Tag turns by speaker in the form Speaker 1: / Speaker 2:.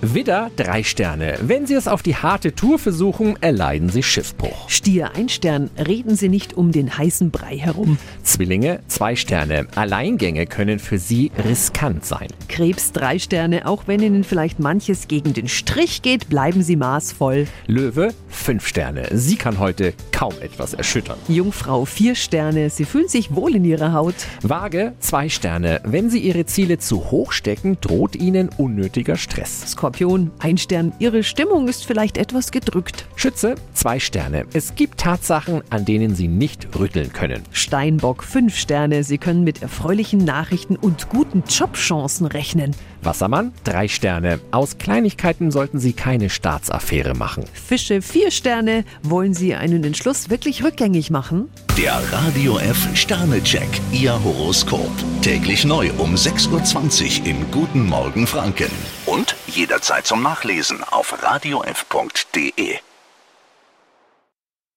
Speaker 1: Widder, drei Sterne. Wenn Sie es auf die harte Tour versuchen, erleiden Sie Schiffbruch.
Speaker 2: Stier, ein Stern, reden Sie nicht um den heißen Brei herum.
Speaker 1: Zwillinge, zwei Sterne. Alleingänge können für Sie riskant sein.
Speaker 2: Krebs, drei Sterne, auch wenn Ihnen vielleicht manches gegen den Strich geht, bleiben Sie maßvoll.
Speaker 1: Löwe, fünf Sterne. Sie kann heute kaum etwas erschüttern.
Speaker 2: Jungfrau, vier Sterne, Sie fühlen sich wohl in Ihrer Haut.
Speaker 1: Waage, zwei Sterne. Wenn Sie Ihre Ziele zu hoch stecken, droht Ihnen unnötiger Stress.
Speaker 2: Skorpion, ein Stern, Ihre Stimmung ist vielleicht etwas gedrückt.
Speaker 1: Schütze, zwei Sterne. Es gibt Tatsachen, an denen Sie nicht rütteln können.
Speaker 2: Steinbock, fünf Sterne, Sie können mit erfreulichen Nachrichten und guten Jobchancen rechnen.
Speaker 1: Wassermann, drei Sterne. Aus Kleinigkeiten sollten Sie keine Staatsaffäre machen.
Speaker 2: Fische, vier Sterne, wollen Sie einen Entschluss wirklich rückgängig machen?
Speaker 3: Der Radio F Sternecheck. Ihr Horoskop. Täglich neu um 6.20 Uhr im Guten Morgen Franken. Und jederzeit zum Nachlesen auf radiof.de.